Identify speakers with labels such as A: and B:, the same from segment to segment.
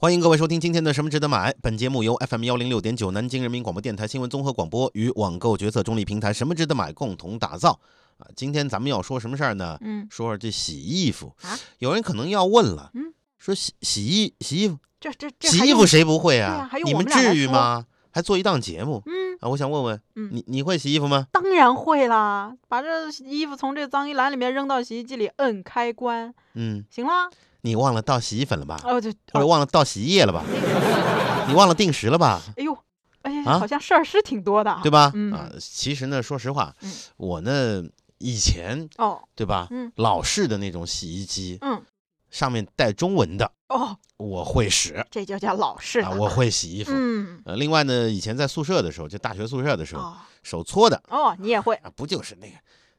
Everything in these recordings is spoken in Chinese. A: 欢迎各位收听今天的《什么值得买》。本节目由 FM 幺零六点九南京人民广播电台新闻综合广播与网购决策中立平台“什么值得买”共同打造。啊，今天咱们要说什么事儿呢？
B: 嗯，
A: 说说这洗衣服。
B: 啊
A: 有人可能要问了，
B: 嗯
A: 说洗洗衣洗衣服
B: 这这这
A: 洗
B: 还
A: 衣
B: 用
A: 服谁不会
B: 对啊
A: 啊？
B: 还用
A: 你
B: 我
A: 们
B: 们俩来
A: 至于
B: 说
A: 吗？还做一档节目
B: 嗯，
A: 啊？我想问问，
B: 嗯
A: 你你会洗衣服吗？
B: 当然会啦，把这衣服从这脏衣篮里面扔到洗衣机里，摁开关，
A: 嗯，
B: 行啦。
A: 你忘了倒洗衣粉了吧？
B: 哦，对，
A: 或者
B: 哦
A: 忘了倒洗衣液 了吧？你忘了定时了吧？
B: 哎呦，哎呀，
A: 啊
B: 好像事儿是挺多的啊，
A: 对吧？
B: 嗯
A: 啊，其实呢，说实话
B: 嗯，
A: 我呢以前
B: 哦，
A: 对吧，
B: 嗯
A: 老式的那种洗衣机
B: 嗯，
A: 上面带中文的，
B: 哦，
A: 我会使
B: 这就叫老式
A: 啊，
B: 的，
A: 我会洗衣服。
B: 嗯，
A: 呃，另外呢，以前在宿舍的时候，就大学宿舍的时候，
B: 哦
A: 手搓的
B: 哦，你也会
A: 啊，不就是那个？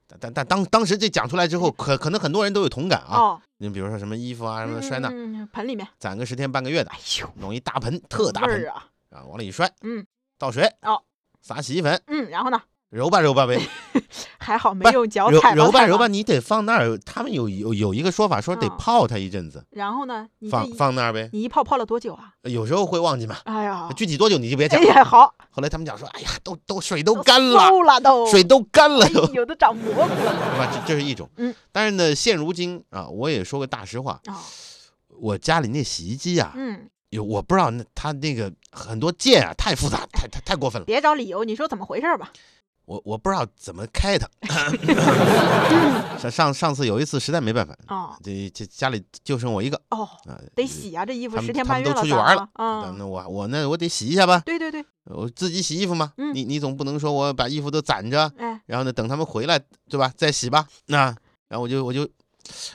A: 但但但当当时这讲出来之后，可可能很多人都有同感啊。
B: 哦，
A: 你比如说什么衣服啊什么的摔那，
B: 嗯盆里面，
A: 攒个十天半个月的
B: 哎，呦，
A: 弄一大盆特大
B: 味儿
A: 盆
B: 啊，
A: 啊，往里一摔，
B: 嗯，
A: 倒水
B: 哦，
A: 撒洗衣粉，
B: 嗯，然后呢，
A: 揉吧揉吧呗，
B: 还好
A: 不
B: 没
A: 是
B: 用脚
A: 揉
B: 踩
A: 揉吧揉吧，
B: 吧，
A: 你得放那儿。他们有有有一个说法，说得
B: 嗯
A: 泡它一阵子，
B: 然后呢，你这
A: 放
B: 一
A: 放那儿呗。
B: 你一泡泡了多久啊？
A: 有时候会忘记嘛，
B: 哎呀，
A: 具体多久你就别
B: 哎
A: 讲。
B: 呀，好，
A: 后来他们讲说，哎呀，都都水都干了，
B: 馊了都，
A: 水都干了
B: 哎
A: 都，
B: 呦，都长蘑菇了
A: 对吧？这这是一种。
B: 嗯。
A: 但是呢，现如今啊，我也说个大实话，
B: 啊，
A: 我家里那洗衣机啊，
B: 嗯。
A: 有我不知道那它那个很多键啊太复杂，太太太过分了，
B: 别找理由，你说怎么回事儿吧？
A: 我我不知道怎么开 它。上上上次有一次实在没办法，
B: 哦
A: 这这家里就剩我一个
B: 哦，
A: 啊，
B: 得洗啊，这衣服
A: 他们
B: 十天
A: 他
B: 半
A: 们
B: 月
A: 都
B: 了，
A: 出去玩了，那
B: 嗯，
A: 那我我那我得洗一下吧，
B: 对对对，
A: 我自己洗衣服嘛。
B: 嗯
A: 你你总不能说我把衣服都攒着，
B: 哎，
A: 然后呢等他们回来，对吧？再洗吧。那然后我就我就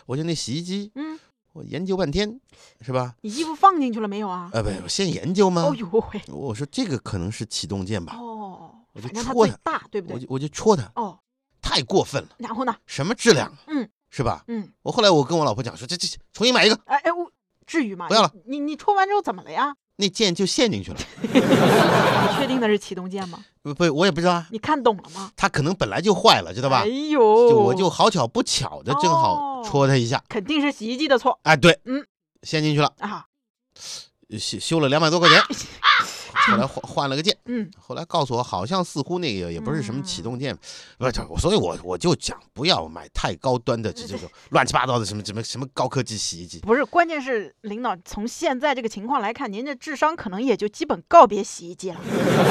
A: 我就那洗衣机，
B: 嗯，
A: 我研究半天，是吧？
B: 你衣服放进去了没有啊？
A: 呃，不，我先研究嘛
B: 哦。呦 喂，
A: 我说这个可能是启动键吧，
B: 哦，
A: 我就
B: 反正它
A: 戳
B: 最
A: 它
B: 大，对不
A: 我
B: 对？
A: 就我就戳它，
B: 哦，
A: 太过分了，
B: 然后呢？
A: 什么质量啊？
B: 嗯，
A: 是吧？
B: 嗯，
A: 我后来我跟我老婆讲说，这这这重新买一个，
B: 哎哎，我至于吗？
A: 不要了
B: 你，你你戳完之后怎么了呀？
A: 那键就陷进去了。
B: 你确定那是启动键吗？
A: 不不，我也不知道啊，
B: 你看懂了吗？
A: 它可能本来就坏了，知道吧
B: 哎？呦，
A: 就我就好巧不巧的正好
B: 哦
A: 戳它一下，
B: 肯定是洗衣机的错
A: 哎，对，
B: 嗯，
A: 陷进去了，
B: 啊，
A: 修修了两百多块钱，
B: 哎
A: 后来换换了个键，
B: 嗯，
A: 后来告诉我好像似乎那个也不是什么启
B: 嗯
A: 动键，不是，所以我我就讲不要买太高端的这这 种乱七八糟的什么什么什么高科技洗衣机，
B: 不是，关键是领导从现在这个情况来看，您这智商可能也就基本告别洗衣机了。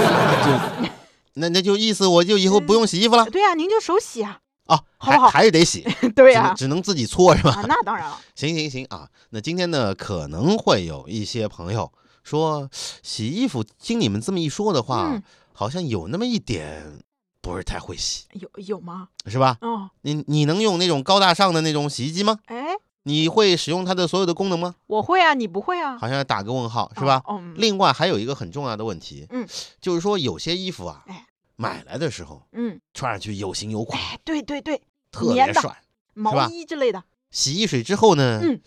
A: 就那那就意思我就以后不用洗衣服了
B: 对呀、您就手洗啊。
A: 啊，
B: 嗯好不
A: 还
B: 好
A: 还是得洗， 只
B: 对呀、
A: 能只能自己搓是吧？
B: 啊，那当然了，
A: 行行行啊，那今天呢可能会有一些朋友说洗衣服，经你们这么一说的话，
B: 嗯
A: 好像有那么一点不是太会洗，
B: 有有吗？
A: 是吧？
B: 哦，
A: 你你能用那种高大上的那种洗衣机吗？
B: 哎，
A: 你会使用它的所有的功能吗？
B: 我会啊，你不会啊，
A: 好像打个问号，是吧？
B: 哦，嗯
A: 另外还有一个很重要的问题，
B: 嗯，
A: 就是说有些衣服啊
B: 哎，
A: 买来的时候
B: 嗯，
A: 穿上去有型有款，
B: 哎，对对对，
A: 特别
B: 粘的
A: 帅。吧
B: 毛衣之类的，
A: 洗一水之后呢，
B: 嗯，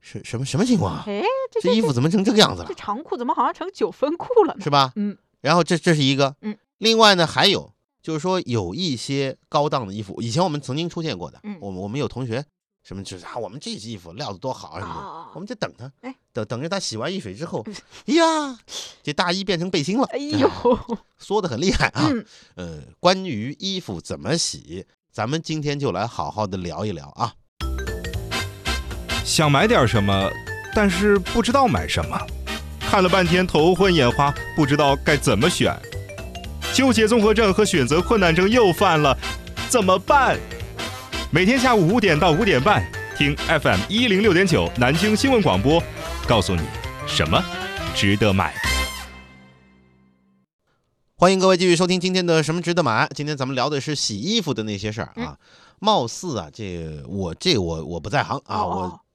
A: 是什么什么情况啊？
B: 哎，
A: 这衣服怎么成这个样子了
B: 这？长裤怎么好像成九分裤了呢？
A: 是吧？
B: 嗯，
A: 然后这这是一个，
B: 嗯，
A: 另外呢还有就是说有一些高档的衣服，以前我们曾经出现过的，
B: 嗯
A: 我们我们有同学什么就是啊，我们这衣服料子多好啊什么的，
B: 啊
A: 我们就等他，
B: 哎
A: 等等着他洗完一水之后 哎
B: 嗯，
A: 呀，这大衣变成背心了，
B: 哎呦，
A: 啊缩的很厉害啊。
B: 嗯
A: 呃，关于衣服怎么洗，咱们今天就来好好的聊一聊啊。
C: 想买点什么，但是不知道买什么，看了半天头昏眼花，不知道该怎么选，纠结综合症和选择困难症又犯了，怎么办？每天下午五点到五点半，听 FM 一零六点九南京新闻广播，告诉你什么值得买。
A: 欢迎各位继续收听今天的《什么值得买》。今天咱们聊的是洗衣服的那些事儿
B: 嗯
A: 啊。貌似啊，这我这我我不在行啊，
B: 哦哦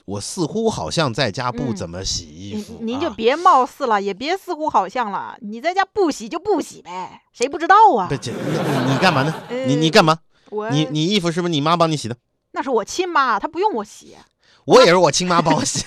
A: 我我似乎好像在家不
B: 嗯
A: 怎么洗衣服、啊
B: 您您就别貌似了，也别似乎好像了，你在家不洗就不洗呗，谁不知道啊
A: 不？这你你干嘛呢？你你
B: 呃
A: 干嘛？
B: 我
A: 你你衣服是不是你妈帮你洗的？
B: 那是我亲妈，她不用我洗，
A: 我也是我亲妈帮我洗。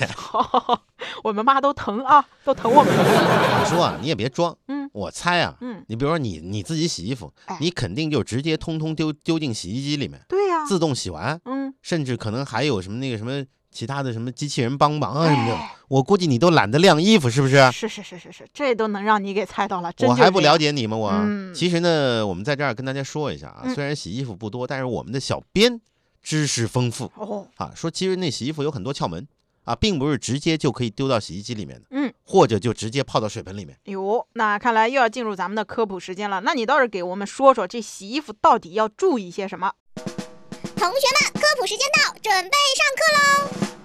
B: 我们妈都疼啊，都疼我们。
A: 我说啊，你也别装，
B: 嗯
A: 我猜啊，
B: 嗯，
A: 你比如说你你自己洗衣服
B: 哎，
A: 你肯定就直接通通丢丢进洗衣机里面，
B: 对呀、
A: 自动洗完，
B: 嗯，
A: 甚至可能还有什么那个什么其他的什么机器人帮忙啊什么的
B: 哎。
A: 我估计你都懒得晾衣服，是不是？
B: 是是是是是，这都能让你给猜到了，真
A: 啊我
B: 就
A: 还不
B: 这样
A: 了解你吗？我、
B: 嗯
A: 其实呢，我们在这儿跟大家说一下啊，
B: 嗯
A: 虽然洗衣服不多，但是我们的小编知识丰富
B: 哦，
A: 啊，说其实那洗衣服有很多窍门啊，并不是直接就可以丢到洗衣机里面的，
B: 嗯，
A: 或者就直接泡到水盆里面。
B: 哟，那看来又要进入咱们的科普时间了。那你倒是给我们说说这洗衣服到底要注意些什么？
D: 同学们，科普时间到，准备上课喽！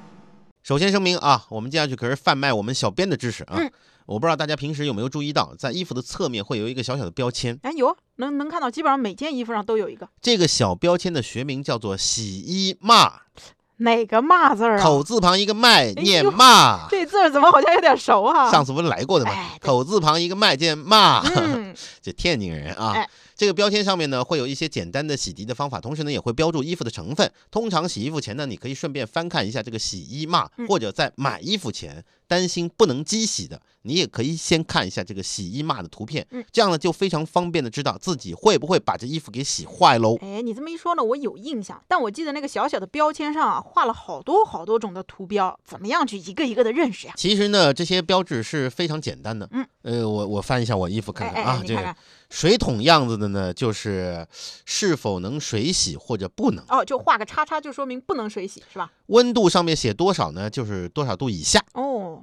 A: 首先声明啊，我们接下去可是贩卖我们小编的知识啊。
B: 嗯
A: 我不知道大家平时有没有注意到，在衣服的侧面会有一个小小的标签，
B: 哎，有能能看到，基本上每件衣服上都有一个
A: 这个小标签的学名叫做洗衣骂，
B: 哪个嘛字儿啊？
A: 口字旁一个麦，
B: 呦
A: 念骂。
B: 这字儿怎么好像有点熟啊？
A: 上次不是来过的吗？
B: 哎对
A: 口字旁一个麦，见骂。
B: 嗯，
A: 这天津人啊，
B: 哎
A: 这个标签上面呢会有一些简单的洗涤的方法，同时呢也会标注衣服的成分。通常洗衣服前呢，你可以顺便翻看一下这个洗衣码，
B: 嗯
A: 或者在买衣服前担心不能机洗的，你也可以先看一下这个洗衣码的图片，
B: 嗯
A: 这样呢就非常方便的知道自己会不会把这衣服给洗坏喽。
B: 哎，你这么一说呢，我有印象，但我记得那个小小的标签上啊，画了好多好多种的图标，怎么样去一个一个的认识呀、
A: 其实呢，这些标志是非常简单的。
B: 嗯，
A: 呃，我我翻一下我衣服看看
B: 哎哎
A: 啊
B: 哎，，你
A: 这
B: 看
A: 个
B: 看，
A: 水桶样子的呢，就是是否能水洗或者不能。
B: 哦，就画个叉叉，就说明不能水洗是吧？
A: 温度上面写多少呢？就是多少度以下。
B: 哦，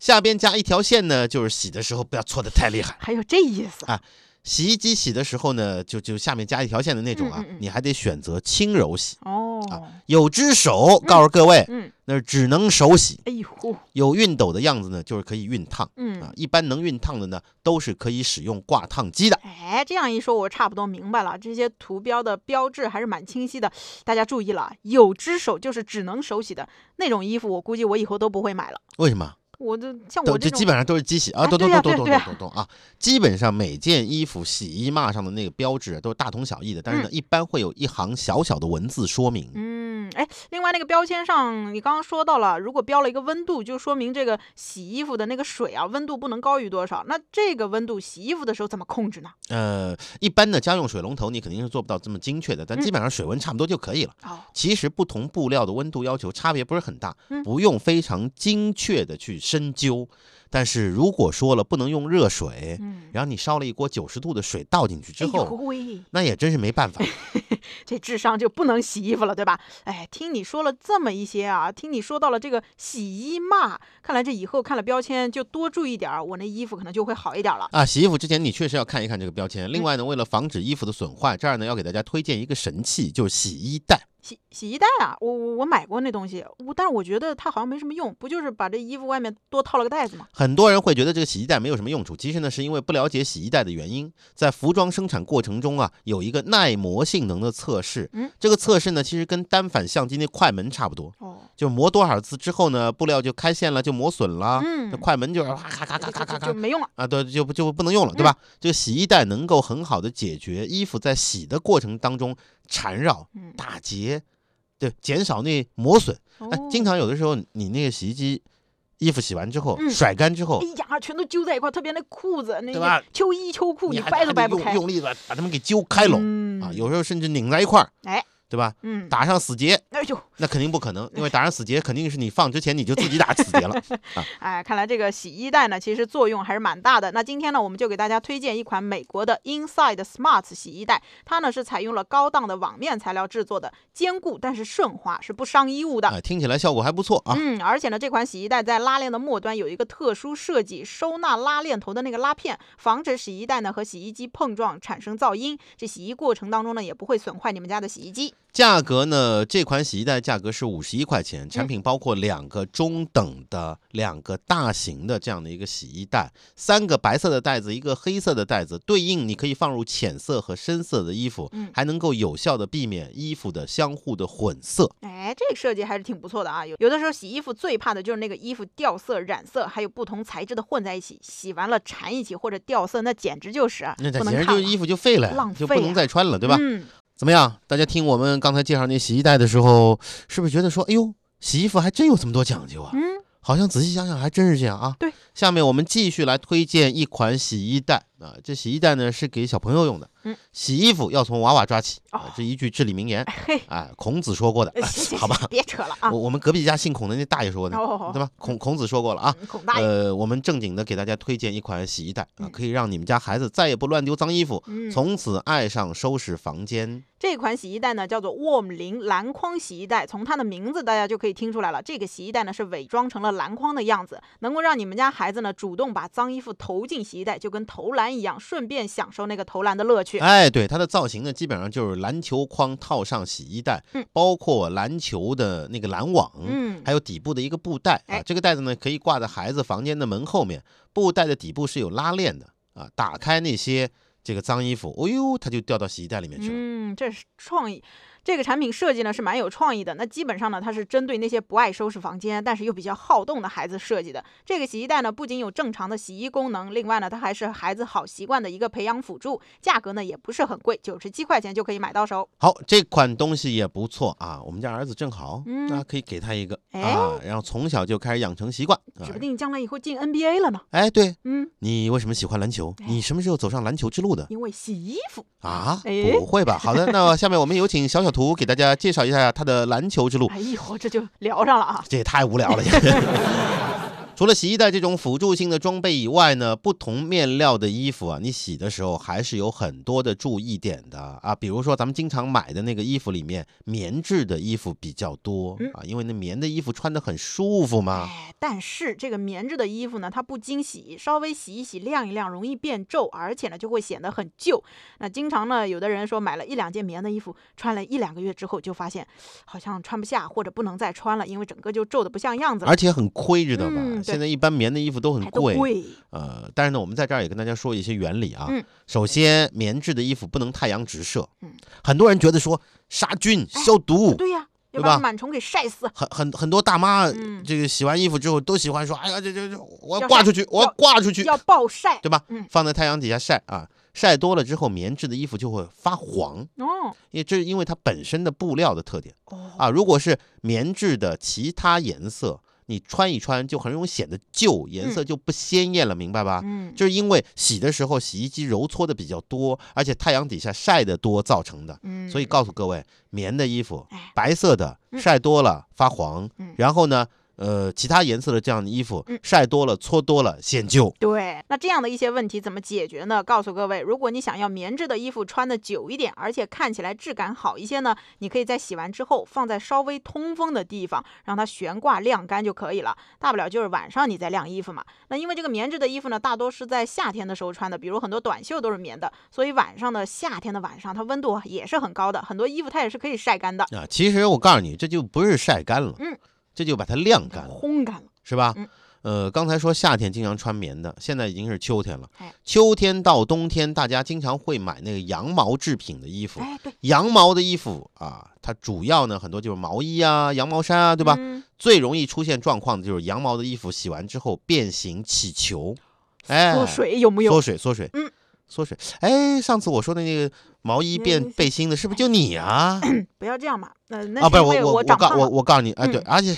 A: 下边加一条线呢，就是洗的时候不要搓得太厉害。
B: 还有这意思，
A: 啊洗衣机洗的时候呢，就就下面加一条线的那种啊，
B: 嗯嗯嗯
A: 你还得选择轻柔洗。
B: 哦，
A: 有只手告诉各位，
B: 嗯，
A: 那是只能手洗。
B: 哎呦，
A: 有熨斗的样子呢，就是可以熨烫
B: 嗯。
A: 啊。一般能熨烫的呢，都是可以使用挂烫机的。
B: 哎，这样一说，我差不多明白了，这些图标的标志还是蛮清晰的。大家注意了，有只手就是只能手洗的那种衣服，我估计我以后都不会买了。
A: 为什么？
B: 我这像
A: 都
B: 我
A: 这
B: 这
A: 基
B: 种，
A: 本上都是机洗啊，
B: 哎
A: 懂懂
B: 对呀
A: 懂懂懂
B: 对呀
A: 懂懂懂啊！基本上每件衣服洗衣码上的那个标志啊都是大同小异的，但是呢，一般会有一行小小的文字说明。
B: 嗯，哎，另外那个标签上，你刚刚说到了，如果标了一个温度，就说明这个洗衣服的那个水啊，温度不能高于多少。那这个温度洗衣服的时候怎么控制呢？
A: 呃，一般的家用水龙头你肯定是做不到这么精确的，
B: 嗯
A: 但基本上水温差不多就可以了。
B: 哦，
A: 其实不同布料的温度要求差别不是很大
B: 嗯，
A: 不用非常精确的去深究。但是如果说了不能用热水，
B: 嗯，
A: 然后你烧了一锅九十度的水倒进去之
B: 哎呦
A: 后，
B: 喂，
A: 那也真是没 办法。
B: 这智商就不能洗衣服了，对吧？哎，听你说了这么一些啊，听你说到了这个洗衣骂，看来这以后看了标签就多注意点儿，我那衣服可能就会好一点儿了。
A: 啊，洗衣服之前你确实要看一看这个标签。
B: 嗯
A: 另外呢，为了防止衣服的损坏，这儿呢要给大家推荐一个神器，就是洗衣袋。
B: 洗洗衣袋啊，我我我买过那东西，我但是我觉得它好像没什么用，不就是把这衣服外面多套了个袋子吗？
A: 很多人会觉得这个洗衣袋没有什么用处，其实呢是因为不了解洗衣袋的原因。在服装生产过程中啊，有一个耐磨性能的测试。
B: 嗯，
A: 这个测试呢其实跟单反相机那快门差不多，
B: 哦，
A: 就磨多少次之后呢，布料就开线了，就磨损了。
B: 嗯
A: 这，快门就是咔咔咔咔
B: 就
A: 咔
B: 就
A: 咔
B: 就
A: 咔
B: 就嗯没用了。
A: 啊，对，就不就不能用了，对吧？这个洗衣袋能够很好的解决衣服在洗的过程当中缠绕、
B: 嗯，
A: 打结，对，减少那磨损。哎，经
B: 哦
A: 常有的时候你那个洗衣机衣服洗完之后、
B: 嗯
A: 甩干之后
B: 哎，呀，全都揪在一块儿，特别那裤子，那
A: 对吧
B: 个秋衣秋裤，
A: 你
B: 你
A: 还
B: 掰
A: 还
B: 都
A: 得
B: 掰不
A: 用
B: 开。
A: 用力把把它们给揪开拢、
B: 嗯
A: 啊，有时候甚至拧在一块儿，
B: 哎，
A: 对吧？
B: 嗯，
A: 打上死结，
B: 哎呦，
A: 那肯定不可能，因为打上死结肯定是你放之前你就自己打死结 了。
B: 哎，看来这个洗衣袋呢，其实作用还是蛮大的。那今天呢，我们就给大家推荐一款美国的 Inside Smart 洗衣袋，它呢是采用了高档的网面材料制作的，坚固但是顺滑，是不伤衣物的。
A: 啊，听起来效果还不错啊。
B: 嗯，而且呢，这款洗衣袋在拉链的末端有一个特殊设计，收纳拉链头的那个拉片，防止洗衣袋呢和洗衣机碰撞产生噪音。这洗衣过程当中呢，也不会损坏你们家的洗衣机。
A: 价格呢？这款洗衣袋价格是五十一块钱，
B: 嗯
A: 产品包括两个中等的、两个大型的这样的一个洗衣袋，三个白色的袋子，一个黑色的袋子，对应你可以放入浅色和深色的衣服
B: 嗯，
A: 还能够有效的避免衣服的相互的混色。
B: 哎，这个设计还是挺不错的啊。有有的时候洗衣服最怕的就是那个衣服掉色、染色，还有不同材质的混在一起，洗完了缠一起或者掉色，那简直就是啊
A: 那
B: 不能
A: 简直
B: 看
A: 就
B: 了
A: 衣服就废了呀，
B: 浪费
A: 就不能
B: 呀
A: 再穿了，对吧？啊
B: 嗯，
A: 怎么样？大家听我们刚才介绍那洗衣袋的时候，是不是觉得说，哎呦，洗衣服还真有这么多讲究啊？
B: 嗯，
A: 好像仔细想想还真是这样啊。
B: 对，
A: 下面我们继续来推荐一款洗衣袋，啊、这洗衣袋呢是给小朋友用的，
B: 嗯
A: 洗衣服要从娃娃抓起啊、
B: 哦
A: 这一句至理名言，
B: 嘿，
A: 哎，孔子说过 的，
B: 行行
A: 好吧
B: 行别扯了啊
A: 我。我们隔壁家姓孔的那大爷说的，
B: 哦
A: 对吧？孔孔子说过了啊，
B: 嗯孔大爷，
A: 呃，我们正经的给大家推荐一款洗衣袋啊
B: 嗯，
A: 可以让你们家孩子再也不乱丢脏衣服，
B: 嗯，
A: 从此爱上收拾房间。
B: 这款洗衣袋呢叫做 Warm 零篮筐洗衣袋，从它的名字大家就可以听出来了，这个洗衣袋呢是伪装成了篮筐的样子，能够让你们家孩子呢主动把脏衣服投进洗衣袋，就跟投篮一样，顺便享受那个投篮的乐趣。
A: 哎，对，它的造型呢，基本上就是篮球框套上洗衣袋
B: 嗯，
A: 包括篮球的那个篮网，
B: 嗯
A: 还有底部的一个布袋啊
B: 哎。
A: 这个袋子呢，可以挂在孩子房间的门后面，布袋的底部是有拉链的啊，打开那些这个脏衣服，哦呦，它就掉到洗衣袋里面去了。
B: 嗯，这是创意。这个产品设计呢是蛮有创意的。那基本上呢，它是针对那些不爱收拾房间，但是又比较好动的孩子设计的。这个洗衣袋呢，不仅有正常的洗衣功能，另外呢，它还是孩子好习惯的一个培养辅助。价格呢也不是很贵，九十七块钱就可以买到手。
A: 好，这款东西也不错啊，我们家儿子正好，
B: 嗯
A: 那可以给他一个
B: 哎
A: 啊，然后从小就开始养成习惯。啊
B: 指不定将来以后进 NBA 了呢。
A: 哎，对
B: 嗯，
A: 你为什么喜欢篮球？
B: 哎
A: 你什么时候走上篮球之路的？
B: 因为洗衣服。
A: 啊，
B: 哎
A: 不会吧？好的，那么下面我们有请小小图给大家介绍一下他的篮球 之路。
B: 哎呦，这就聊上了啊。
A: 这也太无聊了。 除了洗衣袋这种辅助性的装备以外呢，不同面料的衣服啊，你洗的时候还是有很多的注意点的啊。比如说咱们经常买的那个衣服里面，棉质的衣服比较多
B: 嗯
A: 啊，因为那棉的衣服穿的很舒服嘛。
B: 哎，但是这个棉质的衣服呢，它不经洗，稍微洗一洗、晾一晾，容易变皱，而且呢就会显得很旧。那经常呢，有的人说买了一两件棉的衣服，穿了一两个月之后，就发现好像穿不下或者不能再穿了，因为整个就皱的不像样子了，
A: 而且很亏，知道吧？
B: 嗯对
A: 现在一般棉的衣服都很
B: 还都贵。
A: 呃，但是呢，我们在这儿也跟大家说一些原理啊。
B: 嗯
A: 首先，棉质的衣服不能太阳直射。
B: 嗯
A: 很多人觉得说杀菌、
B: 哎
A: 消毒，
B: 对呀、
A: 对
B: 要不然
A: 吧
B: 螨虫给晒死。
A: 很很很多大妈
B: 嗯
A: 这个洗完衣服之后都喜欢说，哎呀，这这这，我
B: 要
A: 要挂
B: 晒
A: 出去，我要
B: 要
A: 挂出去，
B: 要暴晒
A: 对吧
B: 嗯？
A: 放在太阳底下晒啊，晒多了之后，棉质的衣服就会发黄，
B: 哦
A: 因为这是因为它本身的布料的特点
B: 哦，
A: 啊。如果是棉质的其他颜色，你穿一穿就很容易显得旧，颜色就不鲜艳了，明白吧？
B: 嗯，
A: 就是因为洗的时候洗衣机揉搓的比较多，而且太阳底下晒得多造成的。
B: 嗯，
A: 所以告诉各位，棉的衣服
B: 哎，
A: 白色的
B: 嗯
A: 晒多了发黄
B: 嗯，
A: 然后呢，呃，其他颜色的这样的衣服
B: 嗯
A: 晒多了搓多了显旧。
B: 对，那这样的一些问题怎么解决呢？告诉各位，如果你想要棉质的衣服穿的久一点，而且看起来质感好一些呢，你可以在洗完之后放在稍微通风的地方，让它悬挂晾干就可以了。大不了就是晚上你再晾衣服嘛。那因为这个棉质的衣服呢，大多是在夏天的时候穿的，比如很多短袖都是棉的，所以晚上的夏天的晚上，它温度啊也是很高的，很多衣服它也是可以晒干的，
A: 啊，其实我告诉你，这就不是晒干了，
B: 嗯，
A: 这就把它晾干了，
B: 烘干了。
A: 是吧？
B: 嗯
A: 呃，刚才说夏天经常穿棉的，现在已经是秋天了
B: 哎。
A: 秋天到冬天，大家经常会买那个羊毛制品的衣服。
B: 哎，对，
A: 羊毛的衣服啊，它主要呢很多就是毛衣啊、羊毛衫啊，对吧？
B: 嗯
A: 最容易出现状况的就是羊毛的衣服洗完之后变形起球，哎，
B: 缩水有木有
A: 缩？水，缩水，
B: 嗯，
A: 缩水。哎，上次我说的那个毛衣变
B: 嗯
A: 背心的，是不是就你啊？
B: 不要这样嘛，呃，那
A: 啊，不是
B: 因为
A: 我我
B: 长
A: 告
B: 胖
A: 我
B: 了。嗯
A: 我告诉你，哎，对，而且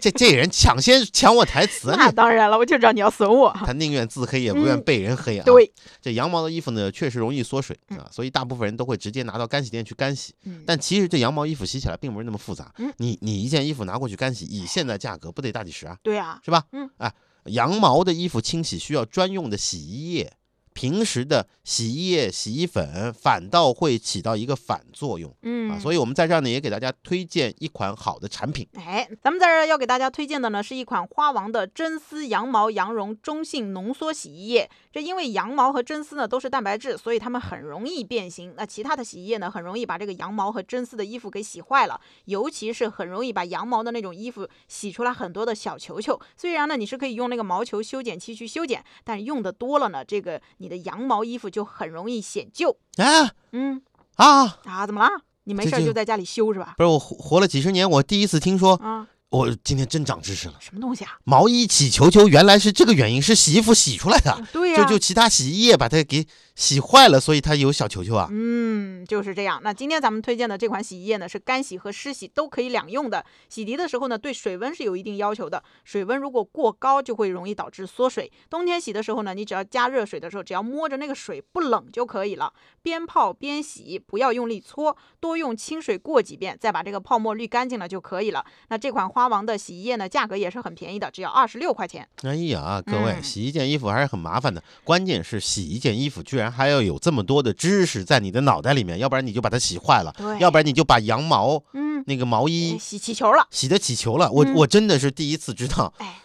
A: 这这人抢先抢我台 词，
B: 那
A: 你
B: 当然了，我就知道你要损我。
A: 他宁愿自黑也不愿
B: 嗯
A: 被人黑啊。
B: 对，
A: 这羊毛的衣服呢，确实容易缩水
B: 嗯
A: 啊，所以大部分人都会直接拿到干洗店去干洗。
B: 嗯
A: 但其实这羊毛衣服洗起来并不是那么复杂
B: 嗯，
A: 你你一件衣服拿过去干洗，以现在价格不得大几十啊，
B: 对啊，
A: 是吧？
B: 嗯，
A: 哎，羊毛的衣服清洗需要专用的洗衣液，平时的洗衣液、洗衣粉反倒会起到一个反作用
B: 嗯，
A: 啊，所以我们在这儿呢也给大家推荐一款好的产品。
B: 哎，咱们在这儿要给大家推荐的呢，是一款花王的真丝羊毛羊绒中性浓缩洗衣液。这因为羊毛和真丝呢都是蛋白质，所以它们很容易变形。那其他的洗衣液呢，很容易把这个羊毛和真丝的衣服给洗坏了，尤其是很容易把羊毛的那种衣服洗出来很多的小球球。虽然呢，你是可以用那个毛球修剪器去修剪，但用的多了呢，这个你的羊毛衣服就很容易显旧。
A: 啊
B: 嗯
A: 啊！
B: 啊，怎么啦？你没
A: 这
B: 事儿
A: 就
B: 就在家里修是吧？
A: 不是我活活了几十年，我第一次听说
B: 啊，
A: 我今天真长知识了，
B: 什么东西啊？
A: 毛衣起球球原来是这个原因，是洗衣服洗出来的，
B: 哦对呀、
A: 就就其他洗衣液把它给洗坏了，所以它有小球球啊。
B: 嗯，就是这样。那今天咱们推荐的这款洗衣液呢，是干洗和湿洗都可以两用的。洗涤的时候呢，对水温是有一定要求的，水温如果过高，就会容易导致缩水。冬天洗的时候呢，你只要加热水的时候，只要摸着那个水不冷就可以了。边泡边洗，不要用力搓，多用清水过几遍，再把这个泡沫滤干净了就可以了。那这款花王的洗衣液呢，价格也是很便宜的，只要二十六块钱。
A: 哎呀，各位，
B: 嗯
A: 洗一件衣服还是很麻烦的，关键是洗一件衣服居然还要有这么多的知识在你的脑袋里面，要不然你就把它洗坏了，
B: 对
A: 要不然你就把羊毛
B: 嗯，
A: 那个毛衣
B: 洗气球了，
A: 洗得起球了。我、
B: 嗯
A: 我真的是第一次知道
B: 哎。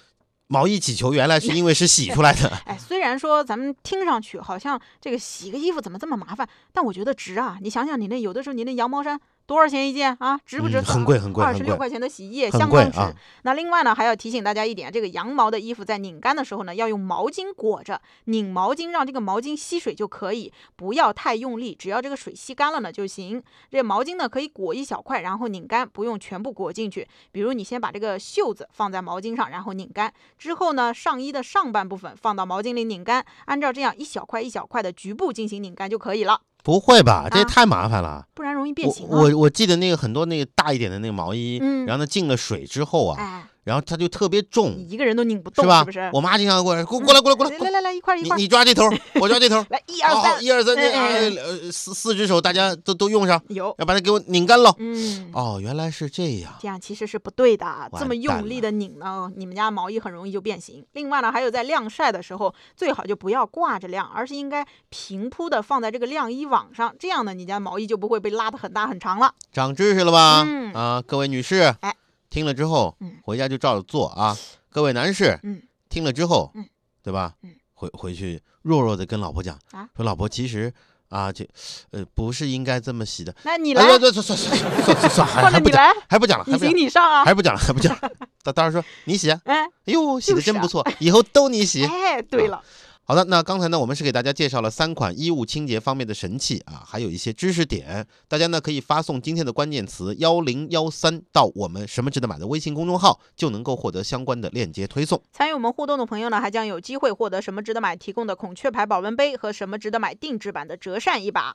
A: 毛衣起球原来是因为是洗出来 的，
B: 哎，虽然说咱们听上去好像这个洗个衣服怎么这么麻烦，但我觉得值啊！你想想，你那有的时候你那羊毛衫多少钱一件啊？值不值、
A: 嗯很贵很贵
B: 二
A: 很
B: 十六
A: 贵，
B: 块钱的洗衣液
A: 很
B: 相
A: 贵
B: 当值。
A: 啊！
B: 那另外呢，还要提醒大家一点，这个羊毛的衣服在拧干的时候呢，要用毛巾裹着，拧毛巾让这个毛巾吸水就可以，不要太用力，只要这个水吸干了呢就行。这毛巾呢可以裹一小块，然后拧干，不用全部裹进去。比如你先把这个袖子放在毛巾上，然后拧干，之后呢，上衣的上半部分放到毛巾里拧干，按照这样一小块一小块的局部进行拧干就可以了，
A: 不会吧？这也
B: 啊
A: 太麻烦了。
B: 不然容易变形啊。
A: 我我我记得那个很多那个大一点的那个毛衣，
B: 嗯
A: 然后呢进了水之后啊，
B: 哎，
A: 然后它就特别
B: 你
A: 重，
B: 一个人都拧不动，
A: 吧？
B: 是不是？嗯
A: 我妈经常过来，过过来过来过来，
B: 来
A: 过
B: 来来来，一块儿一
A: 你
B: 块儿，，
A: 你抓这头，我抓这头
B: 来 一二
A: 好好
B: 三，
A: 一二三，这
B: 哎哎哎
A: 啊呃四四只手大家都都用上，
B: 有，
A: 要把它给我拧干喽。
B: 嗯。
A: 哦，原来是这样。
B: 这样其实是不对的，啊这
A: 完
B: 么
A: 蛋
B: 用力的拧呢，你们家毛衣很容易就变形。另外呢，还有在晾晒的时候，最好就不要挂着晾，而是应该平铺的放在这个晾衣网上，这样呢，你家毛衣就不会被拉得很大很长了。
A: 长知识了吧？
B: 嗯
A: 啊，各位女士
B: 哎，
A: 听了之后
B: 嗯
A: 回家就照着做啊。各位男士
B: 嗯，
A: 听了之后
B: 嗯，
A: 对吧
B: 嗯？
A: 回回去弱弱的跟老婆讲
B: 啊，
A: 说老婆其实啊，这呃不是应该这么洗的。
B: 那你来
A: 哎，，对对，算算算算算算，还
B: 或者
A: 还不
B: 你
A: 讲，
B: 来，
A: 还不讲了，还
B: 你
A: 不讲
B: 行
A: 了，
B: 你上啊。
A: 还不讲了，还不讲了。 到到时候说你洗啊，
B: 哎
A: 哎呦，洗的
B: 就是
A: 真不啊
B: 啊
A: 错，以后都你洗。
B: 哎，对了，
A: 好的，那刚才呢，我们是给大家介绍了三款衣物清洁方面的神器啊，还有一些知识点。大家呢可以发送今天的关键词幺零幺三到我们什么值得买的微信公众号，就能够获得相关的链接推送。
B: 参与我们互动的朋友呢，还将有机会获得什么值得买提供的孔雀牌保温杯和什么值得买定制版的折扇一把。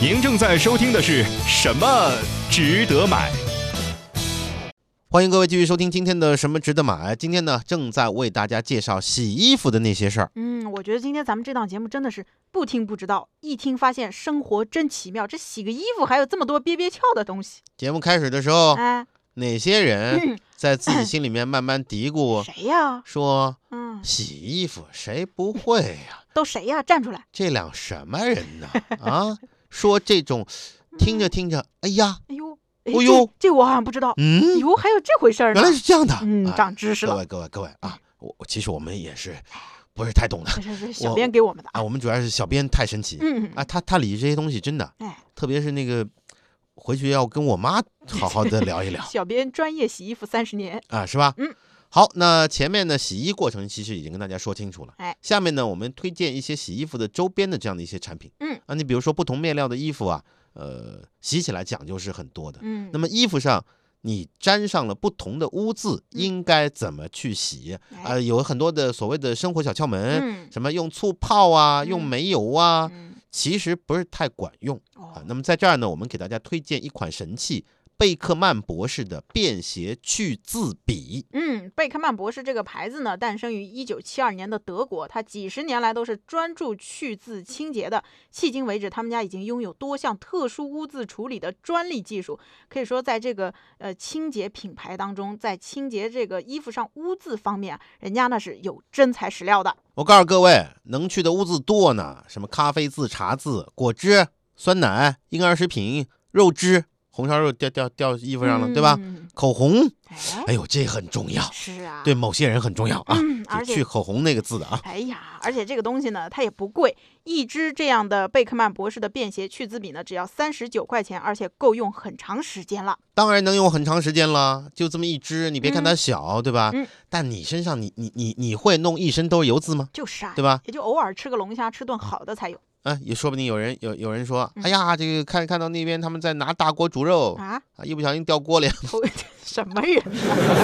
C: 您正在收听的是什么值得买？
A: 欢迎各位继续收听今天的什么值得买。今天呢，正在为大家介绍洗衣服的那些事儿。
B: 嗯，我觉得今天咱们这档节目真的是不听不知道，一听发现生活真奇妙。这洗个衣服还有这么多憋憋窍的东西，
A: 节目开始的时候，
B: 哎，
A: 哪些人
B: 嗯
A: 在自己心里面慢慢嘀咕
B: 谁呀？
A: 说
B: 嗯，
A: 洗衣服谁不会呀、
B: 都谁呀？站出来！
A: 这俩什么人呢？ 啊，说这种，听着听着，哎呀，
B: 哎呦，
A: 哎
B: 哎
A: 呦
B: 这这我好像不知道。
A: 嗯，
B: 哟，还有这回事儿呢
A: 原来！是这样的，
B: 嗯，
A: 哎
B: 长知识
A: 各
B: 了
A: 位，各位各位啊，我我其实我们也是不是太懂的
B: 这是是小
A: 我
B: 编给我们的
A: 啊，
B: 啊。
A: 我们主要是小编太神奇
B: 嗯，
A: 啊，他他理这些东西真的，
B: 哎，
A: 特别是那个回去要跟我妈好好的聊一聊
B: 小编专业洗衣服三十年。
A: 啊，是吧？
B: 嗯。
A: 好，那前面呢，洗衣过程其实已经跟大家说清楚了。
B: 哎，
A: 下面呢，我们推荐一些洗衣服的周边的这样的一些产品。
B: 嗯，
A: 啊，你比如说不同面料的衣服啊，呃，洗起来讲究是很多的。
B: 嗯
A: 那，么衣服上你沾上了不同的污渍，
B: 嗯
A: 应该怎么去洗？
B: 哎
A: 呃，有很多的所谓的生活小窍门，
B: 嗯
A: 什么用醋泡啊，用
B: 嗯
A: 煤油哎啊，
B: 嗯，
A: 其实不是太管用啊
B: 哦。，
A: 那么在这儿呢，我们给大家推荐一款神器——贝克曼博士的便携去渍笔。
B: 嗯，贝克曼博士这个牌子呢，诞生于一九七二年的德国，它几十年来都是专注去渍清洁的。迄今为止，他们家已经拥有多项特殊污渍处理的专利技术，可以说在这个呃清洁品牌当中，在清洁这个衣服上污渍方面啊，人家那是有真材实料的。
A: 我告诉各位，能去的污渍多呢，什么咖啡渍、茶渍、果汁、酸奶、婴儿食品、肉汁，红烧肉掉掉掉衣服上了，对吧？
B: 嗯
A: 口红，
B: 哎，
A: 哎呦，这很重要。
B: 是啊，
A: 对某些人很重要啊，
B: 嗯
A: 就
B: 而且
A: 去口红那个字的啊，
B: 哎呀，而且这个东西呢，它也不贵，一支这样的贝克曼博士的便携去渍笔呢，只要三十九块钱，而且够用很长时间了。
A: 当然能用很长时间了，就这么一支，你别看它小，对吧？
B: 嗯
A: 但你身上你你你你会弄一身都是油渍吗？
B: 就是啊，
A: 对吧？
B: 也就偶尔吃个龙虾，吃顿好的才有。
A: 嗯，也说不定有人有有人说，
B: 嗯
A: 哎呀，这个看看到那边他们在拿大锅煮肉
B: 啊，
A: 啊，一不小心掉锅里，
B: 头 什么人？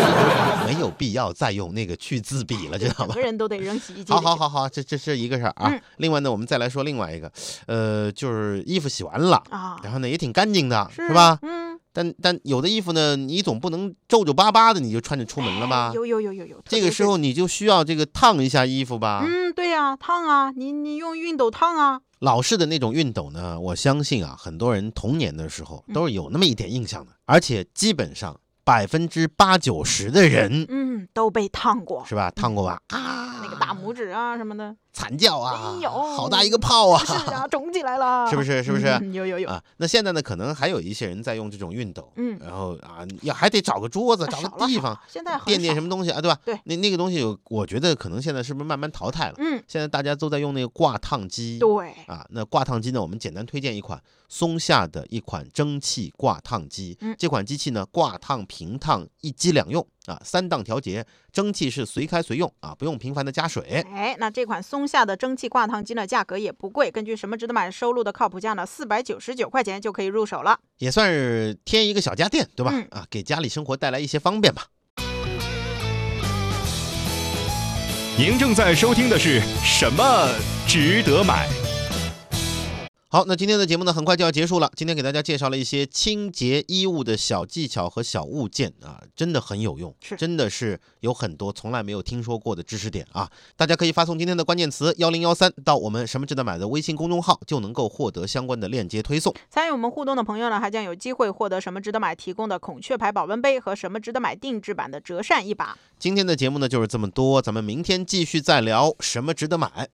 A: 没有必要再用那个去字笔了，知道
B: 整
A: 吧
B: 个？人都得扔洗衣机。
A: 好好，好好，这这是一个事儿啊。
B: 嗯
A: 另外呢，我们再来说另外一个，呃，就是衣服洗完了，
B: 啊，
A: 然后呢也挺干净的，
B: 是
A: 是吧？
B: 嗯，
A: 但但有的衣服呢，你总不能皱皱巴巴的你就穿着出门了吧？
B: 哎有有有有有，特
A: 啊这
B: 别
A: 个时
B: 是
A: 候你啊就需要这个烫一下衣服吧。
B: 嗯，对呀、烫啊，你你用熨斗烫啊，
A: 老式的那种熨斗呢，我相信啊，很多人童年的时候
B: 嗯
A: 都是有那么一点印象的，而且基本上百分之八九十的人
B: 嗯，都被烫过，
A: 是吧，烫过吧？啊，
B: 那个大拇指啊什么的，
A: 惨叫啊
B: 哎，呦
A: 好大一个泡啊！
B: 是啊，肿起来了，
A: 是不是是不是
B: 嗯有有有，
A: 啊，那现在呢，可能还有一些人在用这种熨斗，
B: 嗯
A: 然后啊，要还得找个桌子，
B: 啊
A: 找
B: 少了
A: 个地
B: 少
A: 方
B: 了现在很
A: 垫垫
B: 少
A: 什么东西啊，对吧？
B: 对
A: 那那个东西有，我觉得可能现在是不是慢慢淘汰了？
B: 嗯，
A: 现在大家都在用那个挂烫机，
B: 对，
A: 啊，那挂烫机呢，我们简单推荐一款松下的一款蒸汽挂烫机。
B: 嗯
A: 这款机器呢，挂烫、平烫一机两用啊，三档调节，蒸汽是随开随用啊，不用频繁的加水。
B: 哎，那这款松下的蒸汽挂烫机呢，价格也不贵，根据什么值得买收录的靠谱价呢，四百九十九块钱就可以入手了。
A: 也算是添一个小家电，对吧？
B: 嗯
A: 啊，给家里生活带来一些方便吧。
C: 您正在收听的是什么值得买？
A: 好，那今天的节目呢，很快就要结束了。今天给大家介绍了一些清洁衣物的小技巧和小物件啊，真的很有用，
B: 是
A: 真的是有很多从来没有听说过的知识点啊。大家可以发送今天的关键词幺零幺三到我们什么值得买的微信公众号，就能够获得相关的链接推送。
B: 参与我们互动的朋友呢，还将有机会获得什么值得买提供的孔雀牌保温杯和什么值得买定制版的折扇一把。
A: 今天的节目呢就是这么多，咱们明天继续再聊什么值得买。